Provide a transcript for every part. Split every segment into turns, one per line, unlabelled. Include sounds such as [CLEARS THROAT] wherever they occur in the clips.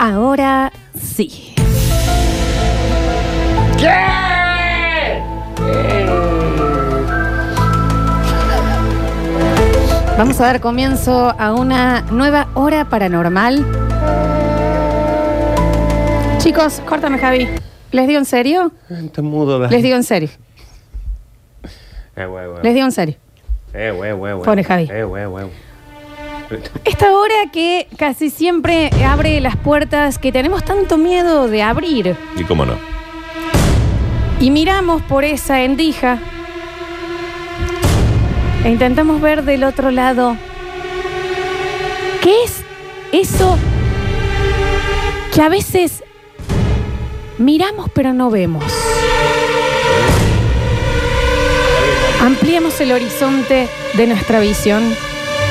Ahora sí. Vamos a dar comienzo a una nueva hora paranormal. Chicos, córtame, Javi. ¿Les digo en serio?
Está mudo, dale.
Les digo en serio.
Eh, huevo, huevo.
Les digo en serio.
Eh, huevo, huevo.
Pobre Javi. Eh.
Eh, huevo, huevo.
Esta hora que casi siempre abre las puertas que tenemos tanto miedo de abrir
Y cómo no.
y miramos por esa endija e intentamos ver del otro lado qué es eso que a veces miramos pero no vemos. Ampliamos el horizonte de nuestra visión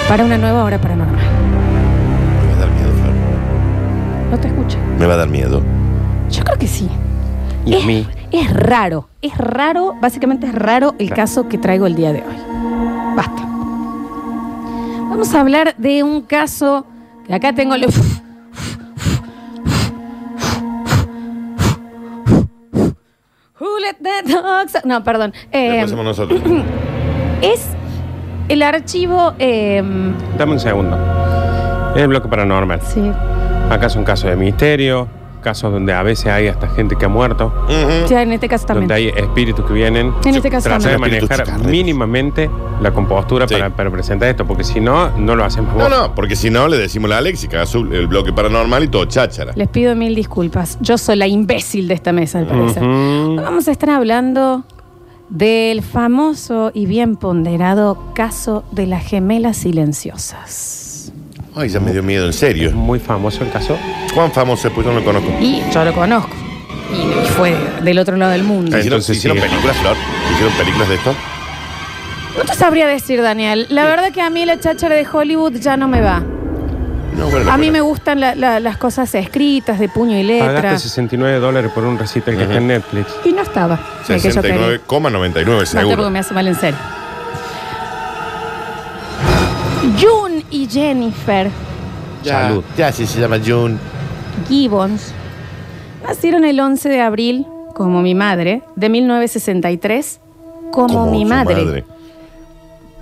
para una nueva hora paranormal.
Me va a dar miedo, Flor.
¿No te escucha?
Me va a dar miedo.
Yo creo que sí.
Y
es,
a mí.
es raro, es raro, básicamente es raro el caso que traigo el día de hoy. Basta. Vamos a hablar de un caso que acá tengo el- Who let the dogs out? No, perdón. Eh,
Después
[LAUGHS]
hacemos nosotros.
es el archivo. eh,
Dame un segundo. El bloque paranormal.
sí.
Acá es un caso de misterio, casos donde a veces hay hasta gente que ha muerto,
Ujú.
Ya, en este caso también.
donde hay espíritus que vienen.
En este caso
Tratar de
también.
Son espíritus
manejar
chicarreros.
mínimamente la compostura
Sí.
para, para presentar esto, porque si no, no lo hacemos
No,
vos.
no, porque si no le decimos a la Alexi que haga su- el bloque paranormal y todo cháchara.
Les pido mil disculpas. Yo soy la imbécil de esta mesa, al parecer.
Ujú.
Vamos a estar hablando del famoso y bien ponderado caso de las gemelas silenciosas.
Ay, ya me dio miedo, en serio.
Muy famoso el caso.
¿Cuán famoso es? Pues yo no lo conozco.
Y yo lo conozco. Y fue del otro lado del mundo.
¿Hicieron,
Entonces,
hicieron
sí.
películas, Flor? ¿Hicieron películas de esto?
No te sabría decir, Daniel. La verdad que a mí la cháchara de Hollywood ya no me va.
No, bueno.
A mí me gustan la- la- las cosas escritas de puño y letra.
Pagaste 69 dólares por un recital que está en Netflix.
Y no estaba. de que yo quería.
69,99
Basta porque
seguro.
me hace mal en serio. June y Jennifer
Salud.
Ya, sí, se llama June.
Gibbons nacieron el 11 de abril, como mi madre, de 1963, como, mi
su
madre.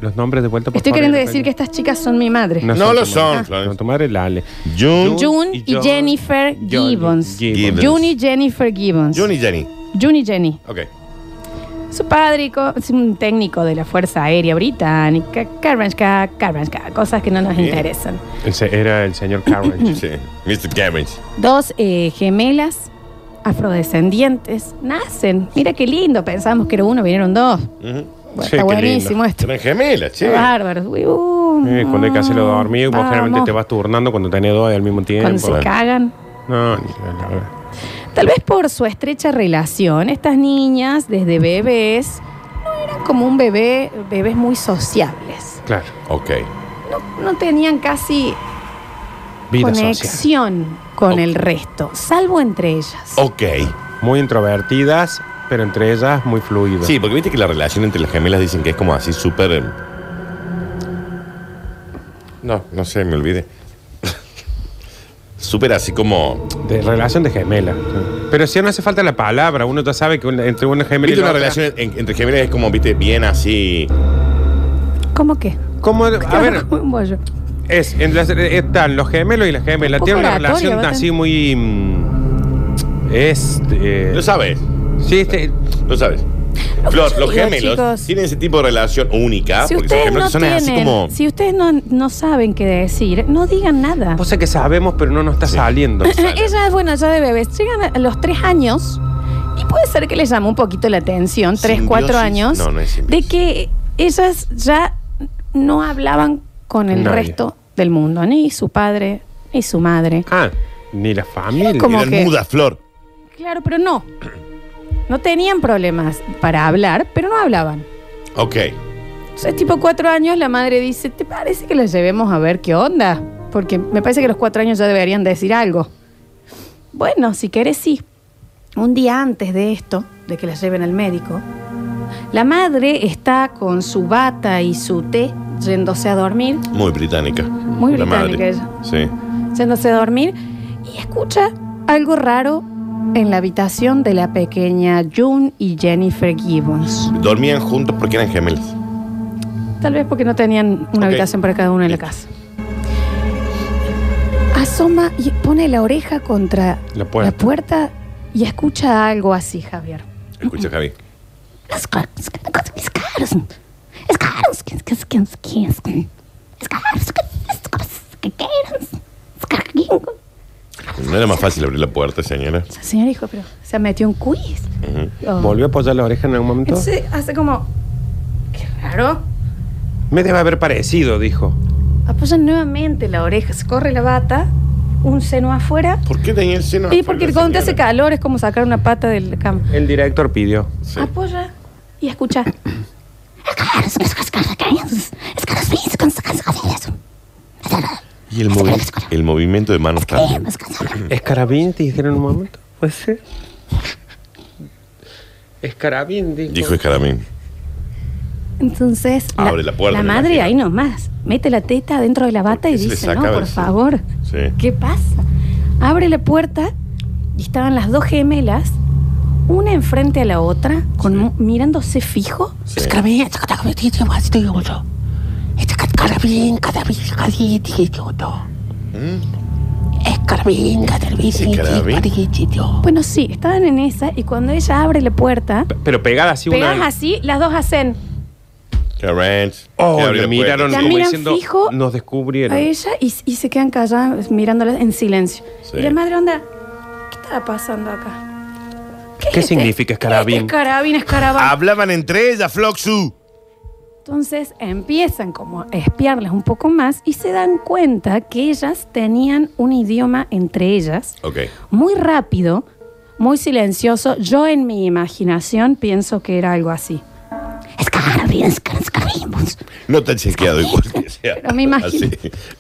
Los nombres de vuelta por
Estoy
favor,
queriendo
de
decir que
repente.
estas chicas son mi madre.
No
tu
lo
madre.
son,
Ah.
Florencia.
Son tu madre, la Ale.
June.
June y
John-
Jennifer
Johnny
Gibbons.
Gibbons.
June y Jennifer Gibbons.
June y Jenny.
June y Jenny.
Ok.
Su padre y co- es un técnico de la Fuerza Aérea Británica. Carranca, Carranca, cosas que no nos
Bien.
interesan.
El se- Era el
[LAUGHS]
señor Carrange.
Sí. Mr. Cabbage.
Dos eh, gemelas afrodescendientes nacen. Mira qué lindo, pensamos que era uno, vinieron dos.
Ujú.
Bueno,
Sí,
está
qué
buenísimo
lindo.
esto. Ah.
Eran gemelas, che.
Qué bárbaro. Uy, uh,
Eh, cuando hay que hacerlo dormir, vos
vamos.
generalmente te vas turnando cuando tenés dos al mismo tiempo.
Cuando se cagan.
No, ni- la verdad.
Tal vez por su estrecha relación, estas niñas desde bebés no eran como un bebé, bebés muy sociables.
claro.
Ok.
No tenían casi
Vida social.
conexión con
Ok.
el resto, salvo entre ellas.
Ok.
Muy introvertidas, pero entre ellas muy fluidas.
Sí, porque viste que la relación entre las gemelas dicen que es como así súper. eh, No, no sé, me olvidé. Súper así como.
De relación de gemela. Pero si no hace falta la palabra, uno ya sabe que una- entre una gemela y
Viste
la
una
otra-
relación en- entre gemelas es como, viste, bien así.
¿Cómo qué?
¿Cómo? A ver,
Como [LAUGHS] un bollo.
es, en las- están los gemelos y las gemelas.
Un
Tienen
poco
una
oratoria,
relación
¿verdad?
así muy. mm, Es. eh,
Lo sabes,
sí, este,
lo sabes.
Lo que
Flor,
yo
los
digo,
gemelos
chicos.
tienen ese tipo de relación única.
Si
Ah, porque son
ustedes
gemelos
no
que son así
tienen,
como.
si ustedes no, no saben qué decir, no digan nada.
Pues,
Cosa que sabemos, pero no nos está
Sí. [LAUGHS]
saliendo.
Ellas, bueno, ya de bebés, llegan a los tres años y puede ser que les llame un poquito la atención, tres,
Simbiosis.
cuatro años,
No, no es
de
simbiosis.
que ellas ya no hablaban con el
Nadie.
resto del mundo, ni su padre, ni su madre.
Ah, ni la familia.
como
Eran
que-
mudas, Flor.
Claro, pero no. No tenían problemas para hablar, pero no hablaban.
Ok.
Entonces, tipo cuatro años, la madre dice, ¿te parece que las llevemos a ver qué onda? Porque me parece que a los cuatro años ya deberían decir algo. Bueno, si querés, sí. Un día antes de esto, de que las lleven al médico, la madre está con su bata y su té yéndose a dormir,
Muy británica.
Muy británica ella.
Sí.
yéndose a dormir, y escucha algo raro en la habitación de la pequeña June y Jennifer Gibbons.
Dormían juntos porque eran gemelas.
Tal vez porque no tenían una
Ok.
habitación para cada uno en la casa. Asoma y pone la oreja contra
La puerta.
puerta y escucha algo así, Javier.
Escucha, Javi. No era más fácil abrir la puerta, señora.
O sea, señor hijo, pero se metió un quiz.
Ujú.
Oh.
¿Volvió a apoyar la oreja en algún momento?
Entonces hace como. Qué raro.
Me debe haber parecido, dijo.
Apoya nuevamente la oreja, se corre la bata, un seno afuera.
¿Por qué tenía el seno?
Y porque cuando te hace
señora?
calor es como sacar una pata del cama.
El director pidió.
[CLEARS THROAT] Sí.
Apoya y escucha.
Y el, movi- el movimiento de manos también.
¿Escarabín te dijeron en un momento? ¿Puede ser? Escarabín, dijo.
Dijo Escaramín.
Entonces,
Abre la puerta, me
madre
imagino.
ahí nomás, mete la teta dentro de la bata y
Se le
dice, no,
sacaba
por
el-
favor,
Sí.
¿qué pasa? Abre la puerta y estaban las dos gemelas, una enfrente a la otra, con, mu- mirándose fijo.
Sí. Mm.
Bueno, sí, estaban en esa y cuando ella abre la puerta,
P- Pero pegada así
pegas
una.
así, las dos hacen
Karen.
Oh,
Que
le
abre la
miraron
La
puerta.
como
miran
diciendo,
fijo
nos descubrieron.
a ella y, y se quedan calladas mirándolas en silencio.
Sí.
Y la madre onda, ¿qué estaba pasando acá?
¿Qué
es este?
significa escarabín?
¿Qué es Escarabín, escarabán.
Hablaban entre ellas, Floxu.
Entonces empiezan como a espiarlas un poco más y se dan cuenta que ellas tenían un idioma entre ellas
Ok.
muy rápido, muy silencioso. Yo en mi imaginación pienso que era algo así. Escarabín, escar- escarabimos.
No está chequeado igual que sea.
[LAUGHS] Pero me imagino.
Así,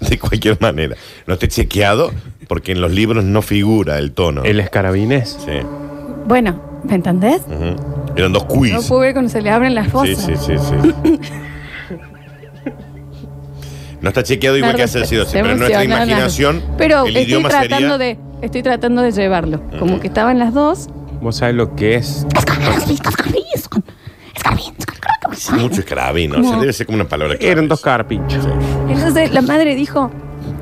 de cualquier manera. No está chequeado porque en los libros no figura el tono.
El escarabín es.
Sí.
Bueno, ¿me entendés?
ujú. Eran dos
No
quiz.
puedo ver cuando se le abren las
sí,
fosas.
sí, sí, sí.
[LAUGHS]
No está chequeado igual que
Perdón,
ha sido así,
se
pero en nuestra
emocionaron.
imaginación
Pero
el
estoy
idioma
tratando de
sería
estoy tratando de llevarlo. Como que estaban las dos.
¿Vos sabés lo que es?
mucho escarabín, ¿no? O sea,
No.
debe ser como una palabra clave.
Eran dos carpinchos.
Entonces la madre dijo,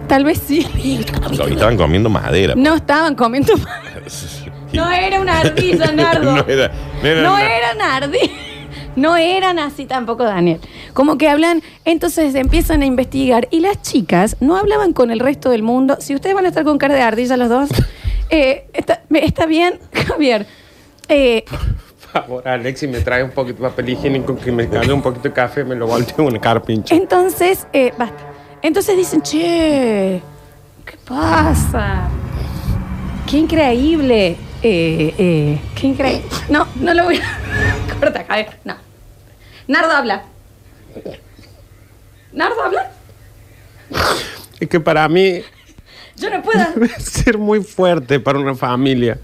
tal vez sí.
Y estaban comiendo madera. pues.
No estaban
[LAUGHS]
comiendo. [LAUGHS] No era una ardilla, Nardo.
no era. No era.
No
una-
eran ardi. [LAUGHS] No eran así tampoco, Daniel. Como que hablan, entonces empiezan a investigar y las chicas no hablaban con el resto del mundo. Si ustedes van a estar con cara de ardilla los dos, eh, está, está bien, [LAUGHS] Javier. Eh,
Por favor, Alexi, me trae un poquito de papel higiénico que me cayó un poquito de café, me lo volteo un carpincho.
entonces, eh, basta. Entonces dicen, che, ¿qué pasa? Qué increíble. Eh, eh, qué increíble. No, no lo voy a. [LAUGHS] Corta, Javier. No. Nardo habla. Nardo habla.
Es que para mí
Yo no
[LAUGHS]
puedo.
debe [LAUGHS] ser muy fuerte para una familia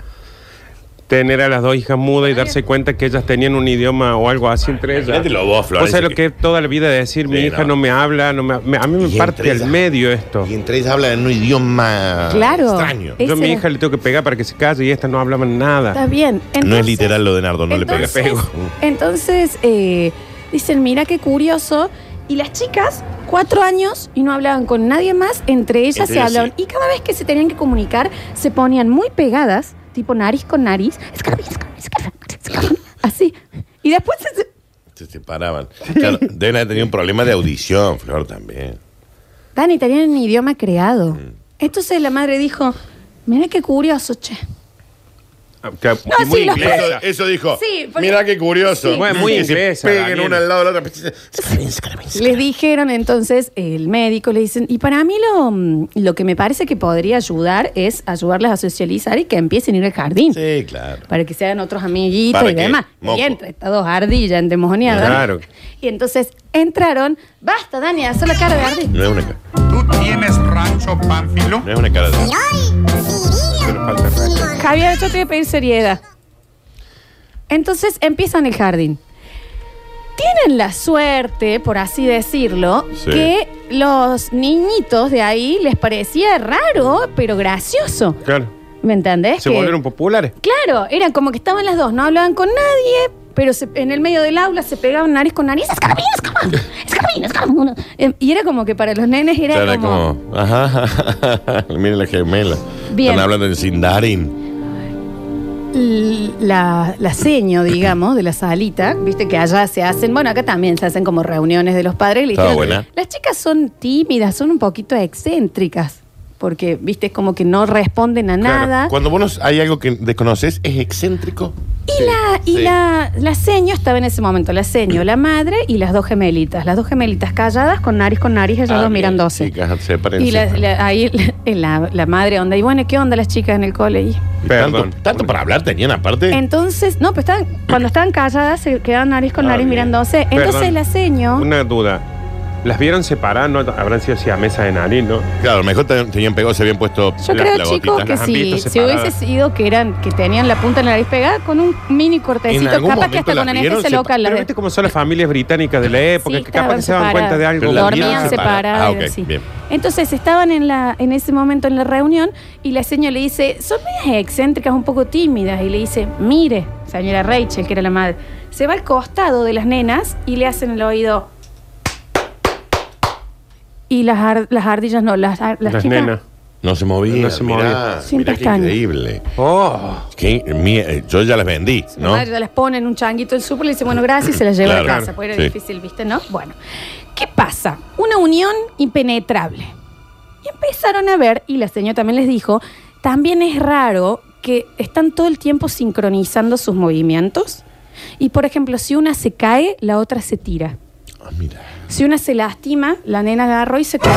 tener a las dos hijas mudas y darse cuenta que ellas tenían un idioma o algo así entre ellas.
Imagínatelo vos,
Vos
Florencia,
sabés lo que es toda la vida decir, mi
Sí,
hija
no.
no me habla, no me, me- a mí me
Y
parte
entre
al
ellas-
medio esto.
Y entre ellas hablan en un idioma
Claro.
extraño.
Eh,
Yo a mi
ese-
hija le tengo que pegar para que se calle y estas no hablaban nada.
Está bien.
no es
Entonces-
literal lo de Nardo, no
entonces,
le [LAUGHS] Uh, pega.
Entonces, eh, dicen, mira qué curioso. Y las chicas, cuatro años y no hablaban con nadie más, entre ellas
Entre
se
ellas
hablaban. Y cada vez que se tenían que comunicar, se ponían muy pegadas, tipo nariz con nariz. Así. Y después se-
Se separaban. Claro, deben haber tenido un problema de audición, Flor, también.
Dani, tenían un idioma creado.
Mm.
Entonces la madre dijo, mira qué curioso, che.
Aunque-
No,
y muy
Ah, sí, los-
inglesa.
Eso, eso dijo.
Sí, porque-
Mirá qué curioso.
Sí.
Muy- muy
Que se
inglesa,
Peguen
Daniel.
una al lado de la otra.
Les dijeron entonces, el médico le dicen, y para mí lo, mm, lo que me parece que podría ayudar es ayudarlas a socializar y que empiecen a ir al jardín.
Sí, claro.
Para que se hagan otros amiguitos
Para
y
que-
demás.
moco.
Y entre estas dos ardillas endemoniadas.
Claro.
Y entonces entraron, basta, Dani, haz la cara de ardilla.
No es una, ca-
¿Tú tienes rancho, Pánfilo?
no es una cara de.
Pero falta respeto.
Javier, yo te voy a pedir seriedad. Entonces empiezan el jardín. tienen la suerte, por así decirlo,
Sí.
que los niñitos de ahí les parecía raro, pero gracioso.
Claro.
¿Me entendés?
Se
Que-
volvieron populares.
Claro, eran como que estaban las dos, no hablaban con nadie, pero se- en el medio del aula se pegaban nariz con nariz. ¡Escarabín, escarabín! ¡Escarabín, escarabín! Eh, Y era como que para los nenes era
Claro,
como...
como... Ajá, miren la gemela.
Bien.
Están hablando de Sindarin.
l- La, la seño, digamos, de la salita. Viste que allá se hacen, bueno, acá también se hacen como reuniones de los padres. Le
Estaba
dijeron,
buena.
Las chicas son tímidas, son un poquito excéntricas, porque, viste, es como que no responden a
Claro,
nada.
Cuando vos nos- hay algo que desconoces, es excéntrico.
Y, la, y
Sí.
la, la seño estaba en ese momento, la seño, la madre y las dos gemelitas. Las dos gemelitas calladas, con nariz con nariz, ellas
Ah,
dos
bien,
mirándose.
Chicas, sepárense.
y la- la- ahí [LAUGHS] la, la madre onda, y bueno, ¿qué onda las chicas en el cole? Y-
Y tanto,
Perdón.
tanto para hablar tenían aparte.
Entonces, no, pero estaban, cuando estaban calladas se quedaban nariz con
Ah,
nariz
bien.
mirándose. Entonces
Perdón.
la seño,
Una duda. ¿Las vieron separadas? ¿No habrán sido así a mesa de nariz, no?
Claro, mejor te- tenían pegado, se habían puesto
yo
la-
creo,
la
chicos,
gotita.
que
las han
si,
visto
si hubiese
separadas.
sido que eran, que tenían la punta de la nariz pegada con un mini cortecito,
algún
capaz que
momento
hasta
las
con
vieron
anestesia
sepa-
local. las
Pero
de-
viste cómo son las familias británicas de la época,
Sí,
que capaz que se
estaban
dan cuenta de
separadas.
algo.
Pero la
Dormían
vieron
separadas.
separadas. Ah, ok,
sí.
bien.
Entonces estaban en, la, en ese momento en la reunión y la señora le dice, son medias excéntricas, un poco tímidas. Y le dice, mire, señora Rachel, que era la madre, se va al costado de las nenas y le hacen el oído. Y las, ar- las ardillas no, las, ar- las,
Las
chicas-
nenas.
No se movía.
No se movía.
Sin
mirá qué
pestañas.
increíble.
Oh,
Qué mie- eh, yo ya las vendí,
Su
¿no?
madre ya las pone en un changuito del súper y le dice, bueno, gracias, y se las lleva a
Claro.
la casa, porque era
Sí.
difícil, ¿viste? ¿No? Bueno, ¿qué pasa? Una unión impenetrable. Y empezaron a ver, y la señora también les dijo, también es raro que están todo el tiempo sincronizando sus movimientos. Y, por ejemplo, si una se cae, la otra se tira.
Ah, mira.
Si una se lastima, la nena agarró y se cae.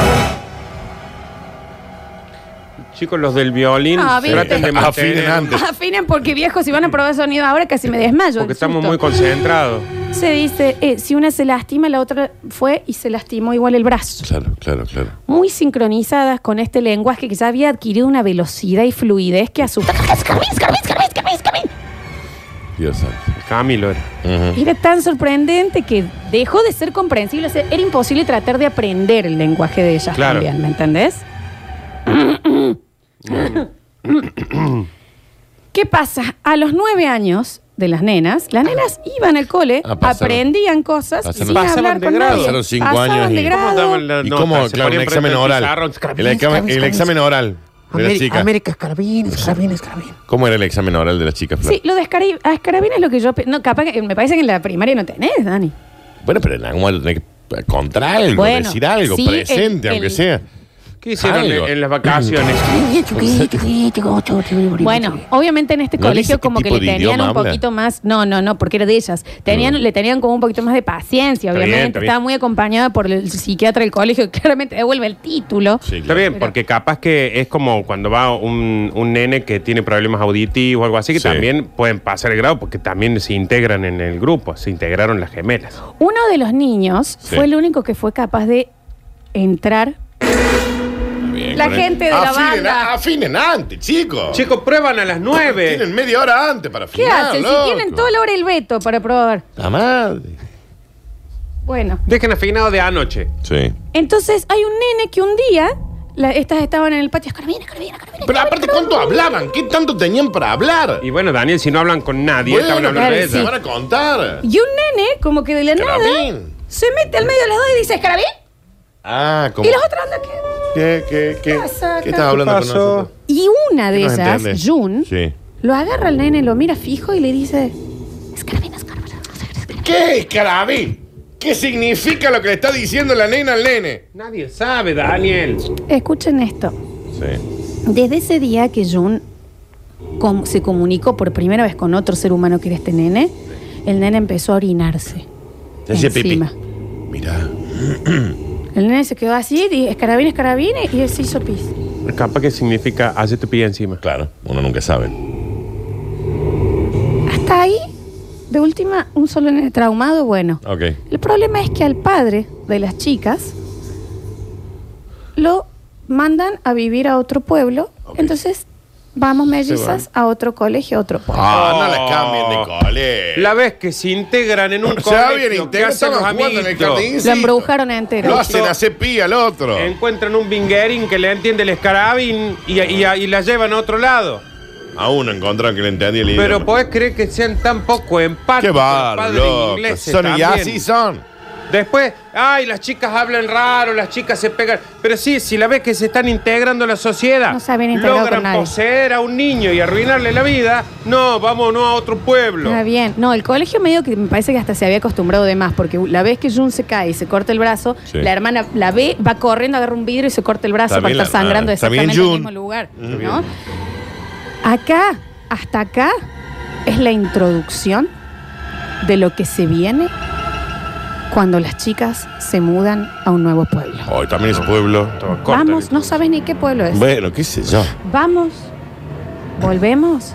chicos, los del violín
Ah, viste.
traten de
Afinen
mantener...
[LAUGHS]
antes.
Afinen porque, viejo, si van a probar sonido ahora, casi me desmayo.
Porque
del
estamos
susto.
muy concentrados.
Se dice, eh, si una se lastima, la otra fue y se lastimó igual el brazo.
Claro, claro, claro.
Muy sincronizadas con este lenguaje que ya había adquirido una velocidad y fluidez que asusta.
Dios santo.
Camilo era.
Ujú.
Era tan sorprendente que dejó de ser comprensible. o sea, era imposible tratar de aprender el lenguaje de ellas
Claro.
también, ¿me entendés? ¿Qué pasa? A los nueve años de las nenas, las nenas iban al cole,
Ah, pasaron.
aprendían cosas
Pasaron.
sin
Pasaban
hablar
de
con
grado.
nadie.
Pasaron cinco
Pasaban
años
de
y-
grado.
¿Cómo daban la
¿Y
nota?
cómo? Claro, un
Se ponían frente
examen
al
oral.
pizarrón,
El, examen- el examen oral de la
América,
chica.
América Escarabín, Escarabín, Escarabín.
¿Cómo era el examen oral de la chica, Flor?
Sí, lo de escarabi- a escarabina es lo que yo... pe- No, capaz que me parece que en la primaria no tenés, Dani.
Bueno, pero en algún momento tenés que contar algo,
Bueno,
decir algo,
sí,
presente,
el-
aunque
el-
sea.
¿Qué hicieron
Algo.
en, en las vacaciones?
Bueno, obviamente en este
No dice
colegio
qué
como que
tipo
le
de
tenían
idioma
un
habla.
poquito más... No, no, no, porque era de ellas. Tenían, Le tenían como un poquito más de paciencia,
Está bien,
obviamente.
está bien.
Estaba muy acompañada por el psiquiatra del colegio, [LAUGHS] que claramente devuelve el título.
Sí,
Está
claro.
bien, porque capaz que es como cuando va un, un nene que tiene problemas auditivos o algo así, que
Sí.
también pueden pasar el grado porque también se integran en el grupo, se integraron las gemelas.
Uno de los niños
Sí.
fue el único que fue capaz de entrar...
Bien,
La
con el-
gente de la
afinen,
banda.
a- Afinen antes, chicos.
Chicos, prueban a las nueve.
Tienen media hora antes para
¿Qué
afinar,
hacen?
loco.
Si tienen toda la hora el veto para probar.
La madre.
Bueno.
Dejen afinado de anoche.
Sí.
Entonces hay un nene que un día, la- estas estaban en el patio, escarabina, escarabina, escarabina.
Pero aparte, ¿cuánto hablaban? ¿Qué tanto tenían para hablar?
Y bueno, Daniel, si no hablan con nadie,
Bueno,
estaban hablando
claro,
de
sí.
¿Me
ella.
van a contar?
Y un nene, como que de la nada,
Escarabín.
se mete al medio de las dos y dice, escarabín.
Ah, como...
Y los otros andan que...
¿Qué, qué, qué?
pasa acá?
¿Qué estás hablando con nosotros?
Y una de
¿Qué nos
ellas,
entendés?
Jun,
Sí.
lo agarra al nene, lo mira fijo y le dice, escarabina, escarabina.
¿Qué es carabín? ¿Qué significa lo que le está diciendo la nena al nene?
Nadie sabe, Daniel.
Escuchen esto.
Sí.
Desde ese día que Jun com- se comunicó por primera vez con otro ser humano que era este nene, el nene empezó a orinarse.
Decía pipí.
Encima.
Mirá.
El nene se quedó así, y escarabina, escarabina, y él se hizo pis.
Capaz que significa hace tu pie encima.
Claro, uno nunca sabe.
Hasta ahí, de última, un solo nene traumado, bueno.
Ok.
El problema es que al padre de las chicas lo mandan a vivir a otro pueblo,
Ok.
entonces Vamos, mellizas, a otro colegio, a otro pueblo.
Ah, no la cambien de cole.
La vez que se integran en un
O sea, bien
colegio, que
integrado,
hacen los
estaban jugando en el
amiguitos,
jardincito.
Lo embrujaron entero.
Lo hacen hacer pía al otro.
encuentran un vinguerín que le entiende el escarabín y, y- y la llevan a otro lado.
A uno encontraron que le entendía el idioma.
Pero podés creer que sean tan poco empáticos
Qué
los
bárbaro,
padres
loco.
ingleses
Son y
también.
así son.
Después, ay, las chicas hablan raro, las chicas se pegan. Pero sí, si la ves que se están integrando a la sociedad,
No se habían integrado
logran
con nadie.
poseer a un niño y arruinarle la vida, no, vámonos a otro pueblo.
Está bien. No, el colegio medio que me parece que hasta se había acostumbrado de más, porque la vez que Jun se cae y se corta el brazo,
Sí.
la hermana la ve, va corriendo, agarra un vidrio y se corta el brazo
Está
para
bien
estar
la hermana.
sangrando
Está bien,
exactamente en el
Jun.
mismo lugar. ¿no? Acá, hasta acá, es la introducción de lo que se viene cuando las chicas se mudan a un nuevo pueblo.
Hoy también es pueblo.
Corta,
Vamos,
listo.
no sabes ni qué pueblo es.
Bueno, qué sé yo.
Vamos, volvemos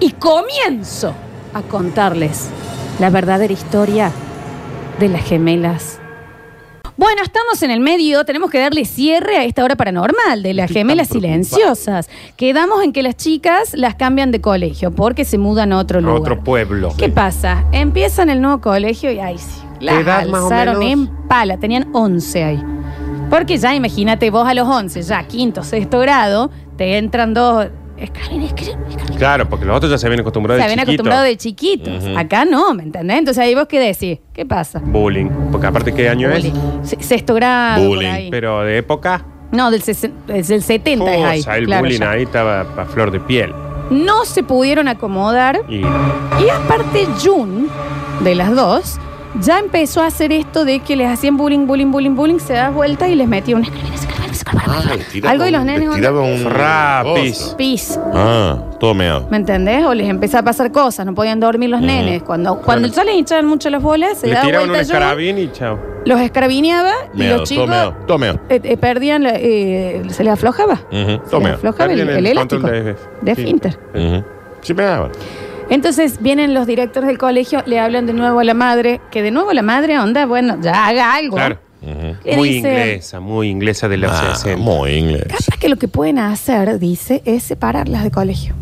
y comienzo a contarles la verdadera historia de las gemelas. Bueno, estamos en el medio, tenemos que darle cierre a esta hora paranormal de las gemelas silenciosas. Quedamos en que las chicas las cambian de colegio porque se mudan a otro
A
lugar.
otro pueblo.
¿Qué pasa? Empiezan el nuevo colegio y ahí sí.
¿Qué
Las
edad más o
alzaron en
menos?
pala, tenían 11 ahí. Porque ya imagínate vos a los 11, ya quinto, sexto grado, te entran dos... Es Karen, es Karen, es Karen.
Claro, porque los otros ya se habían acostumbrado
Se
de
habían
chiquito.
acostumbrado de chiquitos. Acá no, ¿me entendés? Entonces ahí vos qué decís, ¿qué pasa?
Bullying. Porque aparte, ¿qué año es?
Bullying. Se- Sexto grado. por
Bullying,
ahí.
Pero de época.
No, del, sesen- es del 70 es ahí.
Cosa, el
claro,
bullying
ya.
ahí estaba a flor de piel.
No se pudieron acomodar
Y
Y aparte Jun, de las dos, ya empezó a hacer esto de que les hacían bullying, bullying, bullying, bullying, se da vuelta y les metía una
Ah, le tiraba
Algo y los
un- le
nenes,
Tiraba
onda.
un
Rapis.
coso.
pis.
Ah, todo meado.
¿Me entendés? O les empezaba a pasar cosas, no podían dormir los nenes. Cuando, cuando ya les hinchaban mucho las bolas, se
le
daba
tiraban un
vuelta Jun,
escarabín y chao.
los escarabineaba y los
Meado, todo
chicos
meado. Todo meado.
eh, eh, perdían, la- eh, se les aflojaba.
Ujú,
Se
Todo
les
meado.
aflojaba el,
Perdían
el elástico
control
de,
Sí.
Finter.
Ujú. Sí, meaban.
Entonces vienen los directores del colegio, le hablan de nuevo a la madre, que de nuevo la madre, onda, bueno, ya haga algo.
Claro.
Ujú.
Le
Muy
dice-
inglesa, muy inglesa de los
Ah,
60.
muy inglés.
Capaz que lo que pueden hacer, dice, es separarlas de colegio.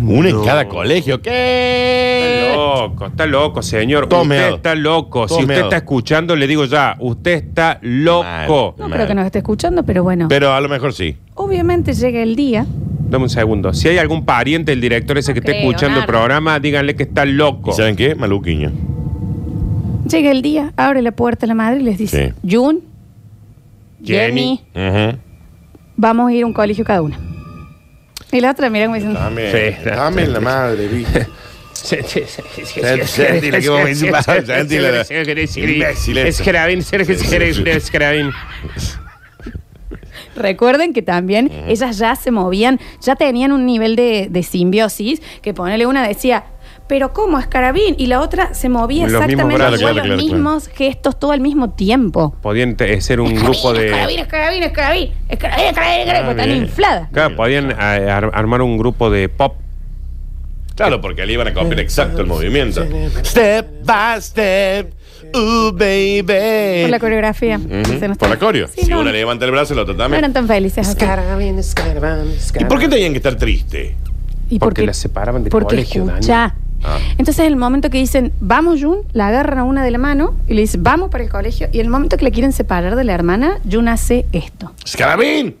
Uno en
No.
cada colegio. ¿Qué?
Está loco, está loco, señor.
Todo
usted
meado.
está loco.
Todo
si usted
meado.
está escuchando, le digo ya, usted está loco.
No
Mal.
creo que nos esté escuchando, pero bueno.
Pero a lo mejor sí.
Obviamente llega el día.
Dame un segundo. Si hay algún pariente del director ese
No
que esté
creo,
escuchando el
Nardo.
programa, díganle que está
¿Y
loco.
saben qué? Maluquiño.
Llega el día, abre la puerta la madre y les dice, Jun, Jenny.
Jenny.
Ujú.
vamos a ir a un colegio cada una. Y la otra mira como diciendo,
Dame,
Sí.
dame la madre, vi.
Sí, sí, sí, sí, sí,
Sentile,
sí, sí,
que vos me decís,
sí,
va,
sí,
sentile.
sí, sí, sí, sí,
Imbécil
Es
eso.
Gerabín, Sergio,
Sí, sí, sí.
es Gerabín.
Recuerden que también ellas ya se movían, ya tenían un nivel de, de simbiosis, que ponele una decía, pero ¿cómo es carabín? Y la otra se movía
Los mismos
exactamente
brazos,
igual,
claro,
los
claro, claro.
mismos gestos todo al mismo tiempo.
Podían te- ser un grupo
Es
de.
carabín, es carabín, es carabín, es carabín, es carabín, es carabín, porque están
bien.
infladas.
Claro, podían eh, ar- armar un grupo de pop.
Claro, porque le iban a copiar exacto el movimiento. Step by step.
Por la
Uh, baby.
coreografía.
Ujú.
Se nos
Por la
tra-
coreo.
Sí,
si
no,
una levanta el brazo, la otra
no
también.
eran tan felices. acá.
¿Y por qué tenían que estar triste?
¿Y
Porque las separaban de
porque
colegio, Dani.
escuchá.
Ah.
Entonces, en el momento que dicen, vamos, Jun, la agarran a una de la mano y le dicen, vamos para el colegio. Y en el momento que la quieren separar de la hermana, Jun hace esto.
¡Escarabín!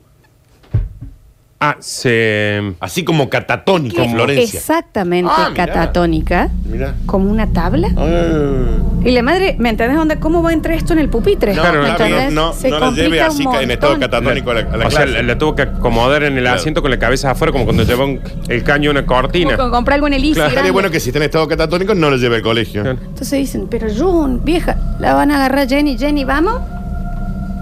Ah, se.
Así como catatónico en Florencia.
Exactamente,
Ah, mirá.
catatónica,
Mirá.
como una tabla.
Ah.
Y la madre, ¿me entendés, onda? ¿Cómo va a entrar esto en el pupitre?
No,
Claro,
¿Me
claro,
entendés?
no,
Se
no la lleve
complica
así
un
en estado
montón.
catatónico a la, a la
o sea,
clase.
la, la tuvo que acomodar en el
Claro.
asiento con la cabeza afuera, como cuando lleva un- el caño a una
Como
cortina.
con comprar algo en el ICI
Claro,
grande.
Estaría bueno que si está en estado catatónico no lo lleve al colegio.
Claro.
Entonces dicen, pero Jun, vieja, la van a agarrar Jenny, Jenny, vamos.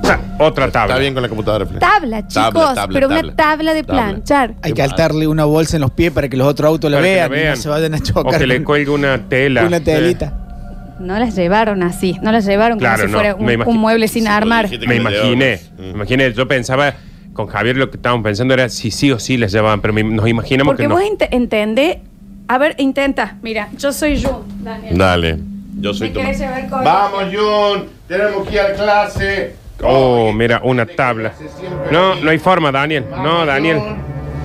Ah, Otra tabla.
Está bien con la computadora. Flor.
Tabla, chicos,
Tabla, tabla,
pero
tabla.
una tabla de
Tabla.
planchar.
Hay que altarle una bolsa en los pies para que los otros autos la
Para que la
vean, y no se vayan a chocar.
O que le
con
cuelgue una tela.
una telita.
No las llevaron así, no las llevaron
Claro,
como si
no,
fuera
me
un,
imagino.
un mueble sin
Sí,
armar.
dijiste.
Me imaginé, me imaginé. Yo pensaba, con Javier lo que estábamos pensando era si sí o sí las llevaban, pero me- nos imaginamos
Porque
que no.
vos ente- entendés, a ver, intenta, mira, yo soy Jun, Daniel.
Dale. Yo soy
¿Me
tu
querés llevar al colegio?
Vamos, Jun. Tenemos que ir a clase.
Oh, mira, una tabla. No, no hay forma, Daniel. No, Daniel.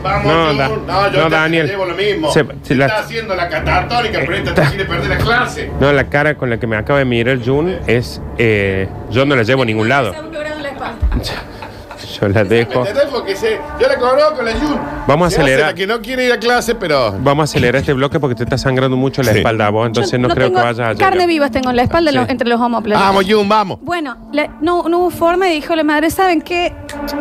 Vamos,
No,
Chubut.
da-
no, yo
no,
te-
Daniel.
te llevo lo mismo.
Se- se la-
Está haciendo la catatónica, pero esta te quiere perder la clase.
No, la cara con la que me acaba de mirar Jun es. eh, yo no la llevo a ningún lado. Yo la dejo.
¿Entendés? Porque se, yo la conozco, la Jun.
Vamos a
Se hace
acelerar.
La que no quiere ir a clase, pero.
Vamos a acelerar este bloque porque te está sangrando mucho la
Sí.
espalda a vos, entonces
Yo
no, creo que
tengo-
vayas a llegar.
Carne vivas tengo en la espalda,
Sí.
lo- entre los homóplatos.
Vamos, Jun, vamos.
Bueno, la- no, no hubo forma y dijo la madre, ¿saben qué?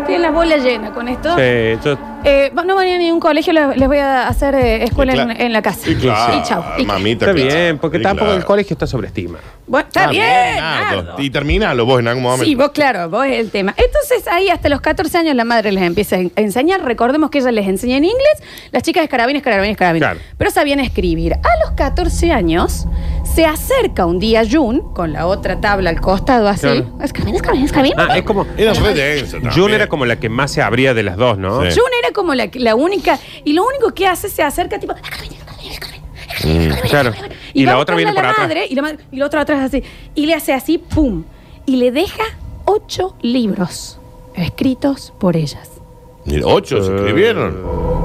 Tienen la bola llena con esto.
Sí, yo-
Eh, no van a ir a ningún colegio, le- les voy a hacer eh, escuela
Y cla-
en, en la casa.
Y claro,
Y chau. Y-
mamita.
está
claro.
bien, porque
Y
tampoco
claro.
el colegio está sobreestimado.
Bueno, está
Ah,
bien.
Nardo.
Nardo.
Y terminalo vos en algún momento.
Sí, vos claro, vos es el tema. Entonces ahí hasta los 14 años la madre les empieza a en- a enseñar. Recordemos que ella les enseña en inglés, las chicas es carabines, carabines, carabines.
Claro.
Pero sabían escribir. A los 14 años se acerca un día Jun con la otra tabla al costado así.
Claro.
Es carabines, carabines, carabines.
Ah, es como.
Era re denso también.
Jun era como la que más se abría de las dos, ¿no?
Sí.
Jun era como la, la única, y lo único que hace se acerca tipo. "Carabines, carabines, carabines, carabines,
claro.
carabines".
Y
va
la
a
otra
buscarla
viene
a
para
la
atrás.
madre, y la madre- y la otra atrás así. Y le hace así, ¡pum! Y le deja ocho libros escritos por ellas.
Mira, Ocho
Eh.
se escribieron.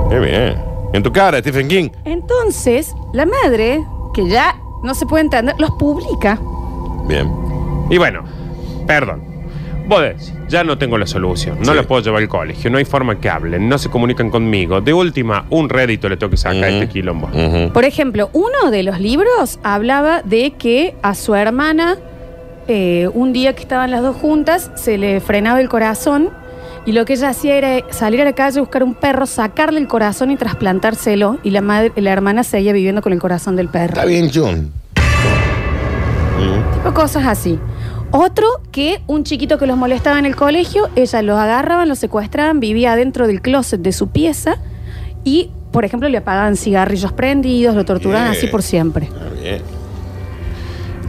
Qué bien. En tu cara, Stephen King.
Entonces, la madre, que ya no se puede entender, los publica.
Bien.
Y bueno, perdón. Vos decís, ya no tengo la solución, no
Sí.
la puedo llevar al colegio, no hay forma que hablen, no se comunican conmigo. De última, un rédito le tengo que sacar
Ujú.
a este quilombo.
Ujú.
Por ejemplo, uno de los libros hablaba de que a su hermana, eh, un día que estaban las dos juntas, se le frenaba el corazón y lo que ella hacía era salir a la calle, buscar un perro, sacarle el corazón y trasplantárselo. Y la, madre, la hermana seguía viviendo con el corazón del perro.
Está bien, Jun.
Tipo cosas así. Otro que un chiquito que los molestaba en el colegio, ella los agarraban, los secuestraban, vivía adentro del closet de su pieza y, por ejemplo, le apagaban cigarrillos prendidos, lo torturaban
Bien.
así por siempre.
Está bien.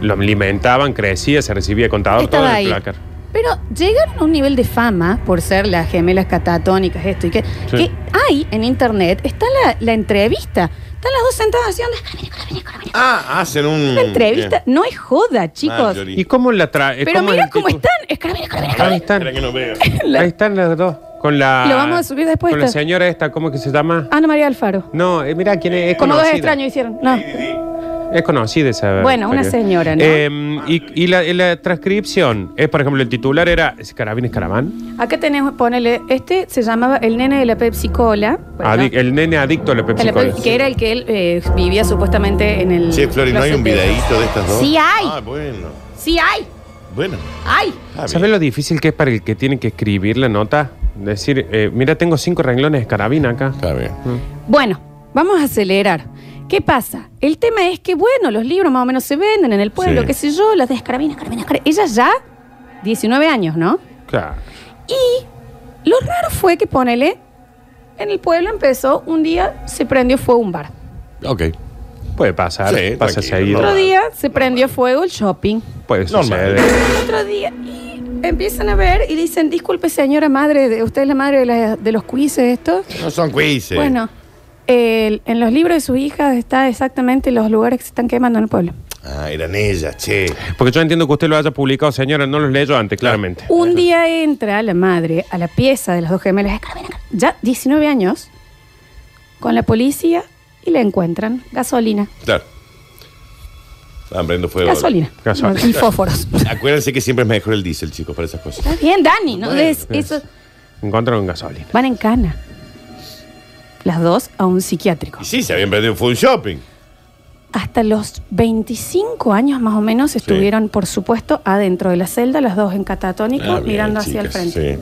Lo alimentaban, crecía, se recibía contador,
Estaba
todo en
ahí.
el placar.
Pero llegaron a un nivel de fama por ser las gemelas catatónicas, esto y que,
Sí.
que hay en internet, está la, la entrevista. Están las dos sentadas haciendo. "Carabine, carabine, carabine".
Ah, hacen un.
Una entrevista. No es joda, chicos.
Marjorie.
¿Y cómo la trae?
Pero mira cómo están. Es carabine, carabine,
Ahí
carabine.
están.
Espera que no veo.
La-
Ahí están las dos. Con la.
Lo vamos a subir después,
Con la
esto.
señora esta, ¿cómo que se llama?
Ana María Alfaro.
No, eh, mira quién es. es
Como dos
conocida.
extraños hicieron. No.
Es conocida esa.
Bueno, una
serie.
señora, ¿no?
Eh, y y la, y la transcripción es, por ejemplo, el titular era ¿es Carabines Caraván.
Acá tenemos, ponele, este se llamaba el nene de la Pepsi Cola. Bueno,
Adic- el nene adicto a la
de
Ah, Pepsi
la
Cola.
Pepsi- Pues que era el que él eh, vivía supuestamente en el.
Che, Flori, ¿no hay un
closet de-
videíto de estas dos?
Sí hay.
Ah, bueno.
Sí, hay.
Bueno.
Hay.
está
¿Sabes
Ah, bien.
lo difícil que es para el que tiene que escribir la nota? Decir, eh, mira, tengo cinco renglones de carabina acá.
Está bien.
Bueno, vamos a acelerar. ¿Qué pasa? El tema es que, bueno, los libros más o menos se venden en el pueblo,
Sí.
qué sé yo, las de Escarabina, Escarabina, Escarabina. Ella ya, 19 años, ¿no?
Claro.
Y lo raro fue que, ponele, en el pueblo empezó, un día se prendió fuego un bar.
Ok.
Puede pasar,
Sí,
pasa
tranquilo,
seguido.
Otro
Normal,
día se prendió fuego el shopping.
Puede suceder.
Normal.
Otro día, y empiezan a ver y dicen, disculpe señora madre, de- usted es la madre de, la- de los quizzes estos.
No son quizzes.
Bueno, el- en los libros de sus hijas está exactamente los lugares que se están quemando en el pueblo.
Ah, eran ellas, che.
Porque yo entiendo que usted lo haya publicado, señora, no los leyó antes, claramente.
Un día entra la madre a la pieza de las dos gemelas, ya 19 años, con la policía y la encuentran. Gasolina.
Claro. Estaban prendiendo fuego.
Gasolina.
Gasolina.
Y fósforos.
Acuérdense que siempre es mejor el diésel, chicos, para esas cosas.
Está bien, Dani, no
Bueno,
des eso.
Encontraron gasolina.
Van en cana. Las dos a un psiquiátrico.
Y sí, se habían prendido fuego un shopping.
Hasta los 25 años más o menos estuvieron, por supuesto, adentro de la celda, las dos en catatónico,
Ah, bien,
mirando hacia el
chicas,
frente.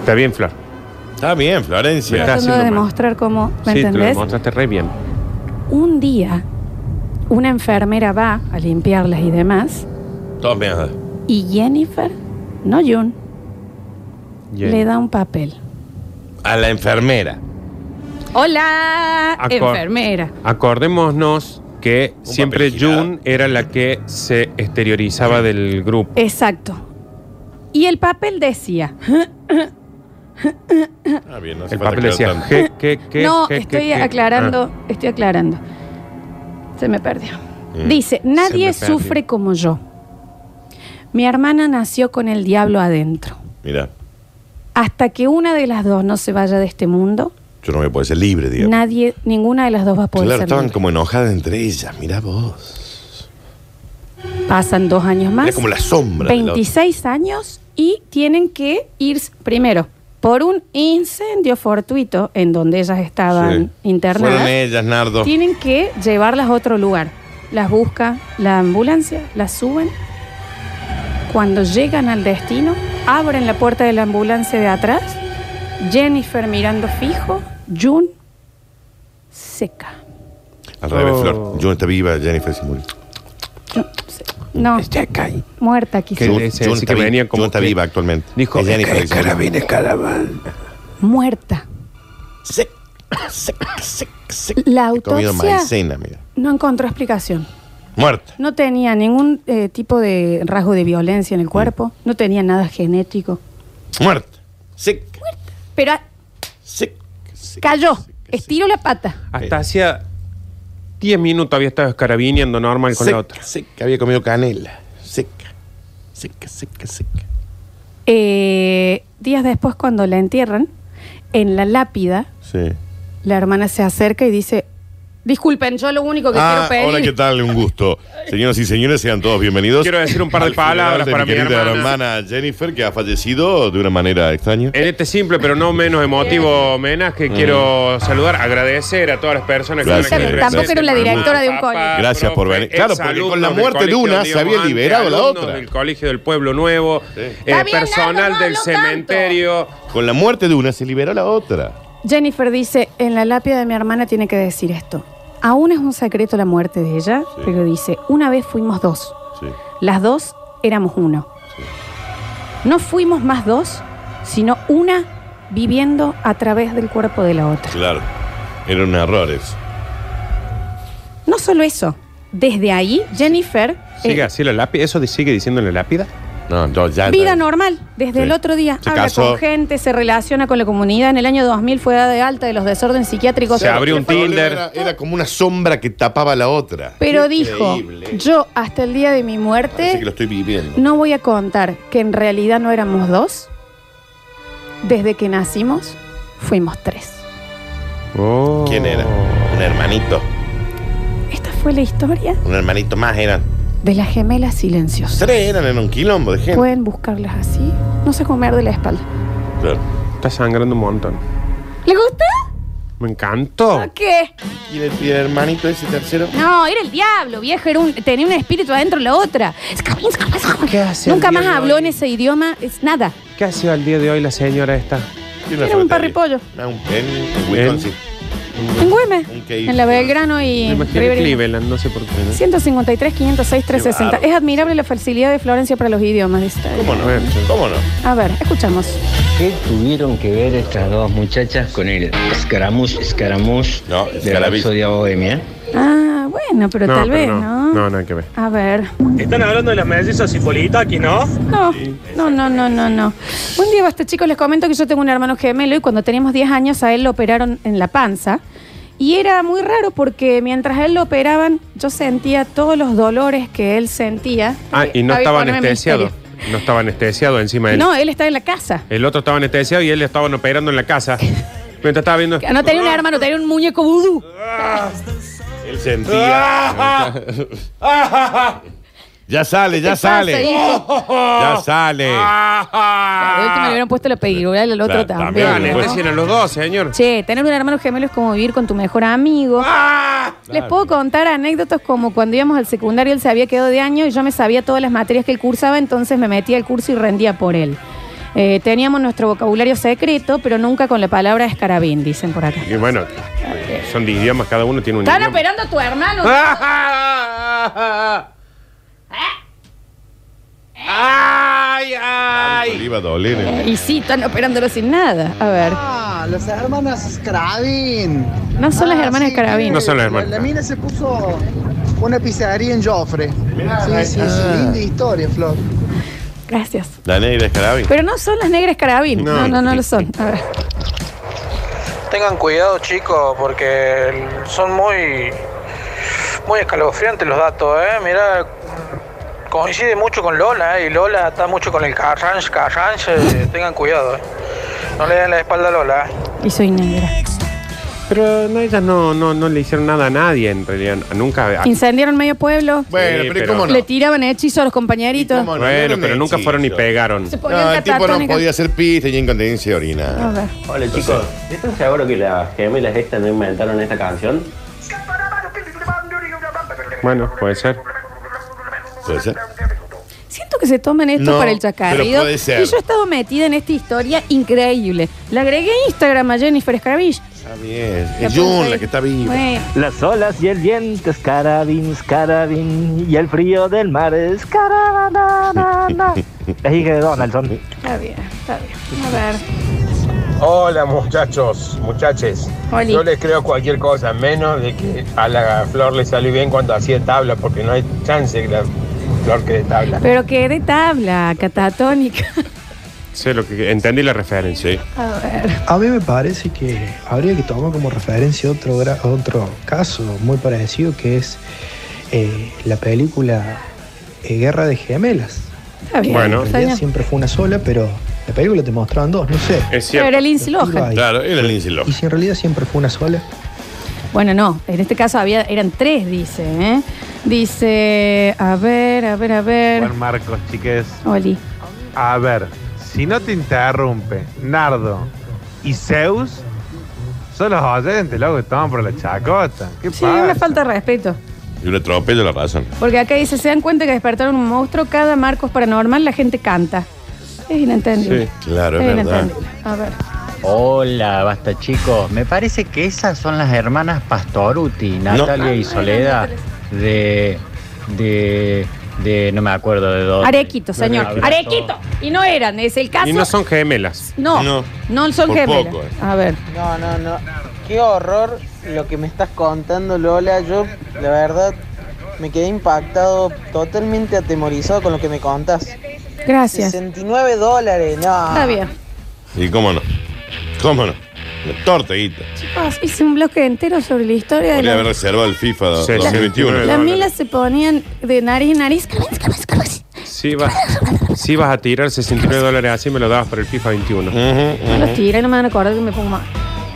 Está bien, Flor.
sí. Está bien, Florencia.
Mirá.
Tratando
haciendo
de
mal.
demostrar cómo, ¿me
sí, te lo
entendés?
demostraste re bien.
Un día, una enfermera va a limpiarlas y demás,
Todas meadas.
y Jennifer, no Jun,
Bien.
le da un papel.
A la enfermera.
Hola,
Acor-
enfermera.
Acordémonos que siempre
papel girado.
June era la que se exteriorizaba del grupo.
Exacto. Y el papel decía,
Ah, bien, no hace
El
falta
papel
que lo
decía,
tanto.
"Je, que, que,
no,
que, que,
estoy
que".
aclarando, estoy aclarando. Se me perdió. Dice, nadie
perdió.
sufre como yo. Mi hermana nació con el diablo adentro.
Mira.
Hasta que una de las dos no se vaya de este mundo,
Yo no voy a poder ser libre, digamos.
nadie, ninguna de las dos va a poder
claro,
ser
estaban
libre.
como enojadas entre ellas. Mirá vos.
Pasan dos años más.
Era como la sombra. de la otra.
26 años y tienen que ir primero por un incendio fortuito en donde ellas estaban
Sí. Fueron
internadas.
ellas, Nardo.
Tienen que llevarlas a otro lugar. Las busca la ambulancia, las suben. Cuando llegan al destino, abren la puerta de la ambulancia de atrás. Jennifer mirando fijo, June seca.
Al revés,
Oh.
Flor. June está viva, Jennifer se murió.
June se- No, muerta
Que
quizás.
June-
ese-
June
ese
está
que
vi-
venía como
June está
que-
viva actualmente.
Dijo,
Es Jennifer
"Ca-
la que se murió".
carabines, carabán.
Muerta.
Sec, sec, sec, sec.
La
He comido
autopsia
maicena, mira.
no encontró explicación.
Muerta.
No tenía ningún eh, tipo de rasgo de violencia en el cuerpo, no tenía nada genético.
Muerta. Sec,
Pero ah,
sec, sec,
cayó,
sec, sec.
estiró la pata.
Hasta hacía 10 minutos había estado escarabineando normal con
Seca,
la otra.
seca, había comido canela. Seca, seca, seca, seca.
Eh, días después, cuando la entierran, en la lápida,
Sí.
la hermana se acerca y dice, disculpen, yo lo único que
Ah,
quiero
hola,
pedir...
¿qué tal? Un gusto. Señoras y señores, sean todos bienvenidos.
Quiero decir un par de
al funeral
palabras
de
para mi
querida
hermana.
Jennifer, que ha fallecido de una manera extraña.
En este simple pero no menos emotivo homenaje quiero saludar, agradecer a todas las personas
Mm. Gracias,
que estuvieron
tampoco era
presentes,
la
mamá,
directora de un
papá,
colegio.
Gracias por venir.
profe,
Claro, porque
exalumnos
con la
del
muerte de
colegio
una
donde
se
íbamos
había
antes,
liberado la
alumnos
otra.
del colegio del pueblo nuevo, eh,
Está bien,
personal
Nardo, no
del
hablo
cementerio.
Con la muerte de una se liberó la otra.
Jennifer dice, en la lápida de mi hermana tiene que decir esto. Aún es un secreto la muerte de ella,
Sí.
pero dice, una vez fuimos dos.
Sí.
Las dos éramos uno. No fuimos más dos, sino una viviendo a través del cuerpo de la otra.
Claro. Eran errores.
No solo eso, desde ahí Jennifer,
Sigue
eh,
así la lápida, eso de- sigue diciendo en la lápida.
No, no, ya.
vida normal, desde
Sí.
el otro día,
Se
habla
casó.
con gente, se relaciona con la comunidad. En el año 2000 fue de alta de los desórdenes psiquiátricos.
Se abrió un Tinder.
Era, era como una sombra que tapaba la otra.
Pero dijo,
Increíble.
yo hasta el día de mi
Parece
muerte
que lo estoy viviendo.
no voy a contar que en realidad no éramos dos. Desde que nacimos, fuimos tres.
Oh.
¿Quién era? Un hermanito.
Esta fue la historia
Un hermanito más eran.
de las gemelas silenciosas.
Tres eran en un quilombo de gente.
Pueden buscarlas así. No se comer de la espalda.
Claro.
Está sangrando un montón.
¿Le gusta?
Me encantó.
¿O qué?
¿Y el, y el hermanito ese tercero?
No, era el diablo, viejo. Era un- tenía un espíritu adentro de la otra. Nunca más habló en ese idioma. Es nada.
¿Qué ha sido al día de hoy la señora esta?
Tiene una
Era un
ferretería.
parripollo.
No, un pen, un Wisconsin.
En Güemes.
Un Keif.
En la Belgrano
Me
y
imagino
River.
Cleveland, no sé por qué.
153, 506, 360.
Qué bárbaro.
Es admirable la facilidad de Florencia para los idiomas. dice.
¿Cómo no?
Bueno.
¿Cómo no?
A ver, escuchamos.
¿Qué tuvieron que ver estas dos muchachas con el escaramuz, escaramuz
No,
de la
Escarabiz.
Rapsodia Bohemia?
Ah, bueno, pero
No,
tal
pero
vez,
no.
¿no?
No, nada que ver.
A ver.
Están hablando de las mellizas y aquí, ¿no?
No, no, no, no, no, no. Un día, basta chicos, les comento que yo tengo un hermano gemelo y cuando teníamos 10 años a él lo operaron en la panza. Y era muy raro porque mientras a él lo operaban, yo sentía todos los dolores que él sentía.
Ah, y no
Javi,
estaba
poneme
anestesiado.
misterio.
No estaba anestesiado encima de él.
No, él estaba en la casa.
El otro estaba anestesiado y él le estaban operando en la casa. Mientras estaba viendo. [LAUGHS]
No tenía un
Ah.
hermano, tenía un muñeco vudú.
Él
[LAUGHS]
sentía. ya sale, ya
pasa,
sale.
hijo?
Ya sale.
Ah.
De última le hubieran puesto la pedidura y al otro
Claro,
también.
también,
¿no?
Anestesian a los dos, señor.
Che, tener un hermano gemelo es como vivir con tu mejor amigo.
Ah.
Les puedo contar anécdotas como cuando íbamos al secundario, él se había quedado de año y yo me sabía todas las materias que él cursaba, entonces me metía al curso y rendía por él. Eh, teníamos nuestro vocabulario secreto, pero nunca con la palabra escarabín, dicen por acá.
Y bueno, son de idiomas, cada uno tiene un
Están
idioma.
operando a tu hermano.
[LAUGHS] ¡Ay, ay!
Le iba a doler.
Eh,
el-
Y sí, están operándolo sin nada. A ver.
Ah, las hermanas Scravin.
No son las hermanas Scarabin.
No son las hermanas.
La, mina se puso una pizzería en Joffre. Sí, sí,
Ah.
sí, linda historia, Flor.
Gracias.
La negra Escarabi.
Pero no son las negras Scarabin. No, no, no, lo son. A ver.
Tengan cuidado chicos porque son muy muy escalofriantes los datos, eh. Mira, coincide mucho con Lola, eh, y Lola está mucho con el Carranche, Carranche, tengan cuidado, eh. No le den la espalda a Lola. ¿eh?
Y soy negra.
Pero no, ellas no, no, no le hicieron nada a nadie, en realidad. Nunca. ah,
Incendiaron medio pueblo.
Sí,
Bueno, pero ¿y
pero-
¿cómo no?
Le tiraban hechizo a los compañeritos.
¿Cómo no?
Bueno,
Era
pero
un
nunca fueron ni
hechizo.
pegaron.
Se ponían
No, el tipo no
catatónicas.
podía hacer pis, tenía incontinencia de orina.
A ver.
Hola chicos, ¿están seguros que las gemelas estas no inventaron esta canción?
Bueno, puede ser.
Puede ser.
Siento que se toman esto
No,
para el
pero
chacarrido.
puede
Y yo
ser.
he estado metida en esta historia increíble. La agregué a Instagram a Jennifer Escravich.
Está bien.
La
Es Jun
puse-
la que está viva.
Bueno,
Las olas y el viento, escarabín, escarabín, y el frío del mar, escarabana. La hija de Donaldson.
está bien, está bien. A ver.
Hola muchachos, muchaches.
Oli.
Yo les creo cualquier cosa, menos de que a la flor le salió bien cuando hacía tabla, porque no hay chance que la flor quede tabla.
Pero que de tabla, catatónica. [LAUGHS]
Sé lo que entendí la referencia.
A ver.
A mí me parece que habría que tomar como referencia otro, gra- otro caso muy parecido que es eh, la película eh, Guerra de Gemelas.
Está bien.
Bueno.
En
Está bien.
realidad siempre fue una sola, pero la película te mostraban dos, no sé.
Es
Pero era
cierto.
Lindsay Lohan.
Claro, era el Lindsay Lohan.
Y si en realidad siempre fue una sola,
Bueno, no. En este caso había, eran tres, dice. ¿eh? Dice, a ver, a ver, a ver.
Juan Marcos, chiques.
Oli.
A ver, si no te interrumpe Nardo y Zeus, son los oyentes, loco, que toman por la chacota. ¿Qué
Sí,
pasa?
una falta de respeto.
Y un atropello la razón.
Porque acá dice, se dan cuenta que despertaron un monstruo, cada Marcos paranormal la gente canta. Es inentendible.
Sí,
Claro,
es
es verdad.
inentendible. A ver.
Hola, basta chicos. Me parece que esas son las hermanas Pastoruti, Natalia
Ah,
y Soledad, de, de, de, no me acuerdo de
Ah.
dónde.
Arequito, señor.
Abrazo.
Arequito. Y no eran, es el caso.
Y no son gemelas.
No, no,
No.
son
Por
gemelas.
poco, eh.
A ver.
No, no, no. Qué horror lo que me estás contando, Lola. Yo, la verdad, me quedé impactado, totalmente atemorizado con lo que me contás.
Gracias.
69 dólares, no.
Está bien.
¿Y cómo no? ¿Cómo no? Una torta, guita.
Chicos, hice un bloque entero sobre la historia de
Podría
la-
haber reservado el FIFA
Sí,
2021.
Las
No, no,
milas se ponían de nariz en nariz.
Si vas, si vas a tirar 69 dólares así, me lo dabas por el FIFA 21.
Ujú,
No los tira y no me van a acordar que me pongo mal.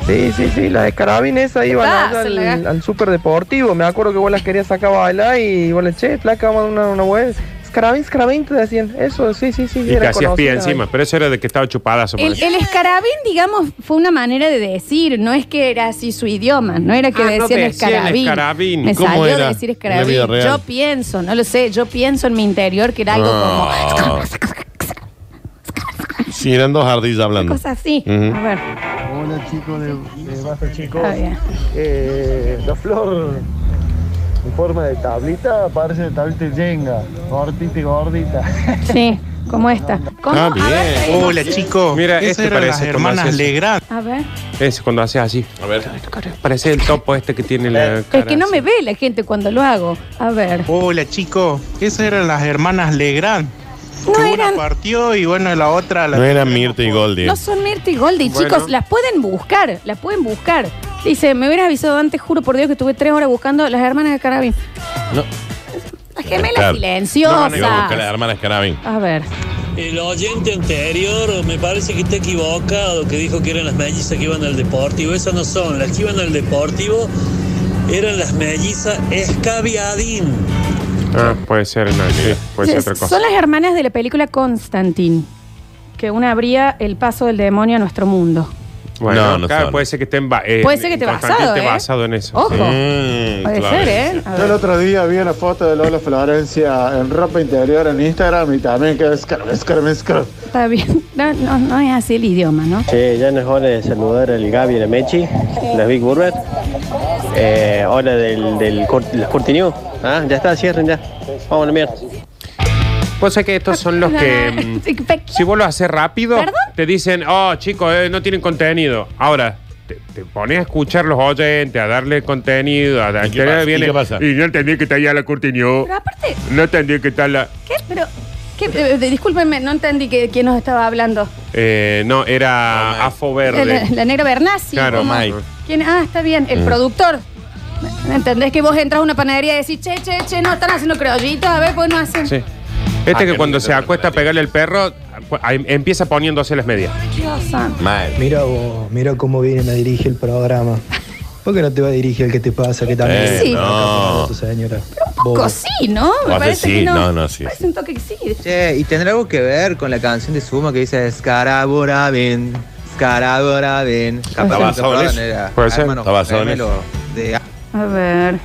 Sí, sí, sí, la de carabines ahí iban
pasa,
allá al,
la-
al super deportivo. Me acuerdo que vos las querías sacar a bailar y vos le che, placa, vamos a una, una web. Scarabín, Scarabín, te decían. Eso, sí, sí, sí.
Y que
era
hacías pie
conocida.
encima. Pero eso era de que estaba chupadazo. por
eh. El,
eso.
el escarabín, digamos, fue una manera de decir, no es que era así su idioma, no era que
Ah, no
decían
decían
escarabín.
escarabín.
Me
¿Cómo
salió
era
de decir
en la vida
escarabín.
real?
Yo pienso, no lo sé, yo pienso en mi interior que era algo [LAUGHS]
Ah. ujú. Sí, eran dos ardillas
como
hablando.
cosas así.
Mm. Ujú.
A ver,
Hola, chicos de, Basta, chicos.
está bien.
la flor en forma de tablita parece de tablita yenga. Gordita y gordita.
Sí, como esta. ¿Cómo?
Ah,
A ver,
bien.
seguimos.
Chicos, mira, este parece como haces-
A ver.
Es cuando haces así.
A ver.
Parece el topo este que tiene la
Es
cara.
que no
así.
me ve la gente cuando lo hago. A ver.
Hola, chicos. Esas eran las hermanas Legrand.
No eran,
partió y bueno, la otra
No eran Mirta y Goldie.
no son Mirta y Goldie,
Bueno.
chicos, las pueden buscar, las pueden buscar. Dice, me hubieras avisado antes, juro por Dios que estuve tres horas buscando las hermanas de Carabín.
No.
Las gemelas
Claro. No
silenciosas.
van a ir a buscar a las hermanas Carabin.
a ver,
El oyente anterior me parece que está equivocado, que dijo que eran las mellizas que iban al deportivo. Esas no son, las que iban al deportivo eran las mellizas escabiadín.
Ah, puede ser, no, sí, puede ser otra cosa.
son las hermanas de la película Constantine, que una abría el paso del demonio a nuestro mundo.
Bueno,
No, no
claro,
son.
puede ser que estén ba- eh,
Puede ser que esté
Constantino
basado,
esté
¿eh?
basado en eso.
Ojo,
Mm,
puede
claro.
ser, ¿eh? A
[LAUGHS] Yo el
ver.
otro día vi una foto de Lola Florencia en ropa interior en Instagram y también que es caro, es caro, es caro.
Está bien, no, no, no es así el idioma, ¿no?
Che, ya no es hora de saludar al Gaby y la Mechi, las Big Burger. Eh, hora del, del cur- las Curtinio. Ah, ya está, cierren ya. Vamos a la mierda.
Pues es que estos son los que.
[LAUGHS]
mm, si vos lo haces rápido,
¿Perdón?
te dicen, oh, chicos, eh, no tienen contenido. Ahora, te, te pones a escuchar los oyentes, a darle contenido, a dar-
¿Y qué pasa? ¿Y qué pasa?
y no entendí que está allá la Curtinio.
Pero aparte,
No entendí que está la.
¿qué? Pero, ¿qué? Eh, discúlpenme, no entendí que, quién nos estaba hablando.
Eh, no,
Oh,
era
my.
Afo
La, la-
Verde.
la negra Bernasi.
Claro, Mm.
¿cómo?
Mike.
¿Quién? Ah, está bien, el productor. ¿Entendés que vos entras a una panadería y decís, che, che, che, no están haciendo creollitos? A ver, pues no hacen.
Sí.
Ah,
Este que
qué
cuando
lindo,
se acuesta a
Fernandito.
pegarle al perro, cu- a- empieza poniéndose las medias.
Dios santo.
Mira vos, mira cómo vienen a dirigir el programa. ¿Por qué no te va a dirigir el que te pasa? Que también
Eh,
Sí.
no.
tu señora.
Poco sí, ¿no?
Vos decís, no, no, sí.
Parece un toque que sí.
Che, y tendrá algo que ver con la canción de Sumo que dice Scarabora Ben, Scarabora Ben.
¿Está basado en eso? Puede ser. Está basado en eso.
A ver.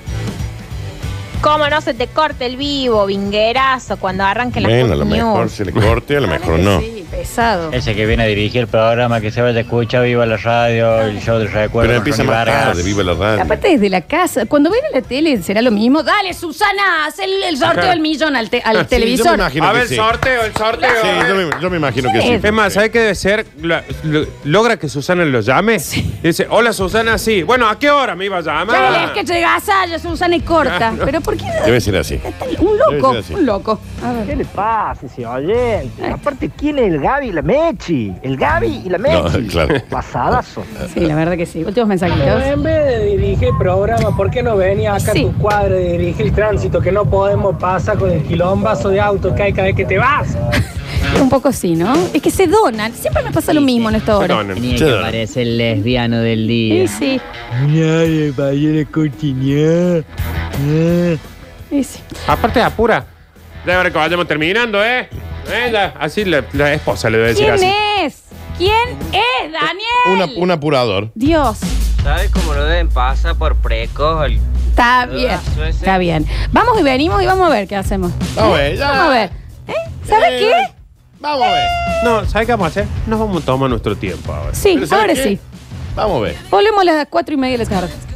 ¿Cómo no se te corte el vivo, vinguerazo, cuando arranquen las
Bueno, a
fake
lo mejor
news?
se le corte, a lo mejor no.
Sí, pesado.
Ese que viene a dirigir el programa, que se vaya a escuchar, viva la radio, el show del recuerdo.
Pero
con
empieza
Ronnie
más
Vargas.
tarde, viva la radio.
Aparte desde la casa, cuando ven la tele será lo mismo. Dale, Susana, haz el, el sorteo
Ajá.
del millón al, te- al
Ah, sí, yo me
televisor.
imagino
A
que
ver,
sí.
sorteo, el sorteo.
Sí, yo me, yo me imagino que
Sí.
sí.
Es más, ¿sabes qué debe ser? La- lo- ¿Logra que Susana lo llame? Dice, hola Susana, sí. Bueno, ¿a qué hora me iba a
Dale,
llamar?
es que llegas allá, Susana, y corta. Pero ¿por qué?
Ah. Debe ser así.
Un loco,
Debe ser así.
un loco. A ver.
¿Qué le pasa ese oyente? Aparte, ¿quién es el Gaby y la Mechi? El Gaby y la Mechi.
No, [LAUGHS] claro.
Pasadazo.
Sí, la verdad que sí. Últimos mensajitos.
en vez de dirigir el programa, ¿por qué no venía acá
Sí.
a tu cuadro y dirigir el tránsito? Que no podemos pasar con el quilombazo de auto que hay cada vez que te vas.
Un poco sí, ¿no? Es que se donan. Siempre me pasa lo mismo en esta hora.
Tenía que aparecer el lesbiano del día.
Y sí, y sí.
Aparte, apura. Ya ahora que vayamos terminando, ¿eh? Eh, ya, así la, la esposa le debe decir
¿Quién
así.
es? ¿Quién es, Daniel?
Una- un apurador.
Dios.
¿Sabes cómo lo deben pasar por precoz? El-
Está bien,
Ah,
está bien. Vamos y venimos y vamos a ver qué hacemos.
Vamos a ver, ya.
Vamos a ver.
Ah.
¿Eh? ¿Sabes qué?
Vamos a ver.
No, ¿sabes qué vamos a hacer? Nos vamos a tomar nuestro tiempo ahora.
Sí,
Pero ¿sabes
ahora
qué?
sí.
Vamos a ver.
Volvemos a las cuatro y media de la tarde.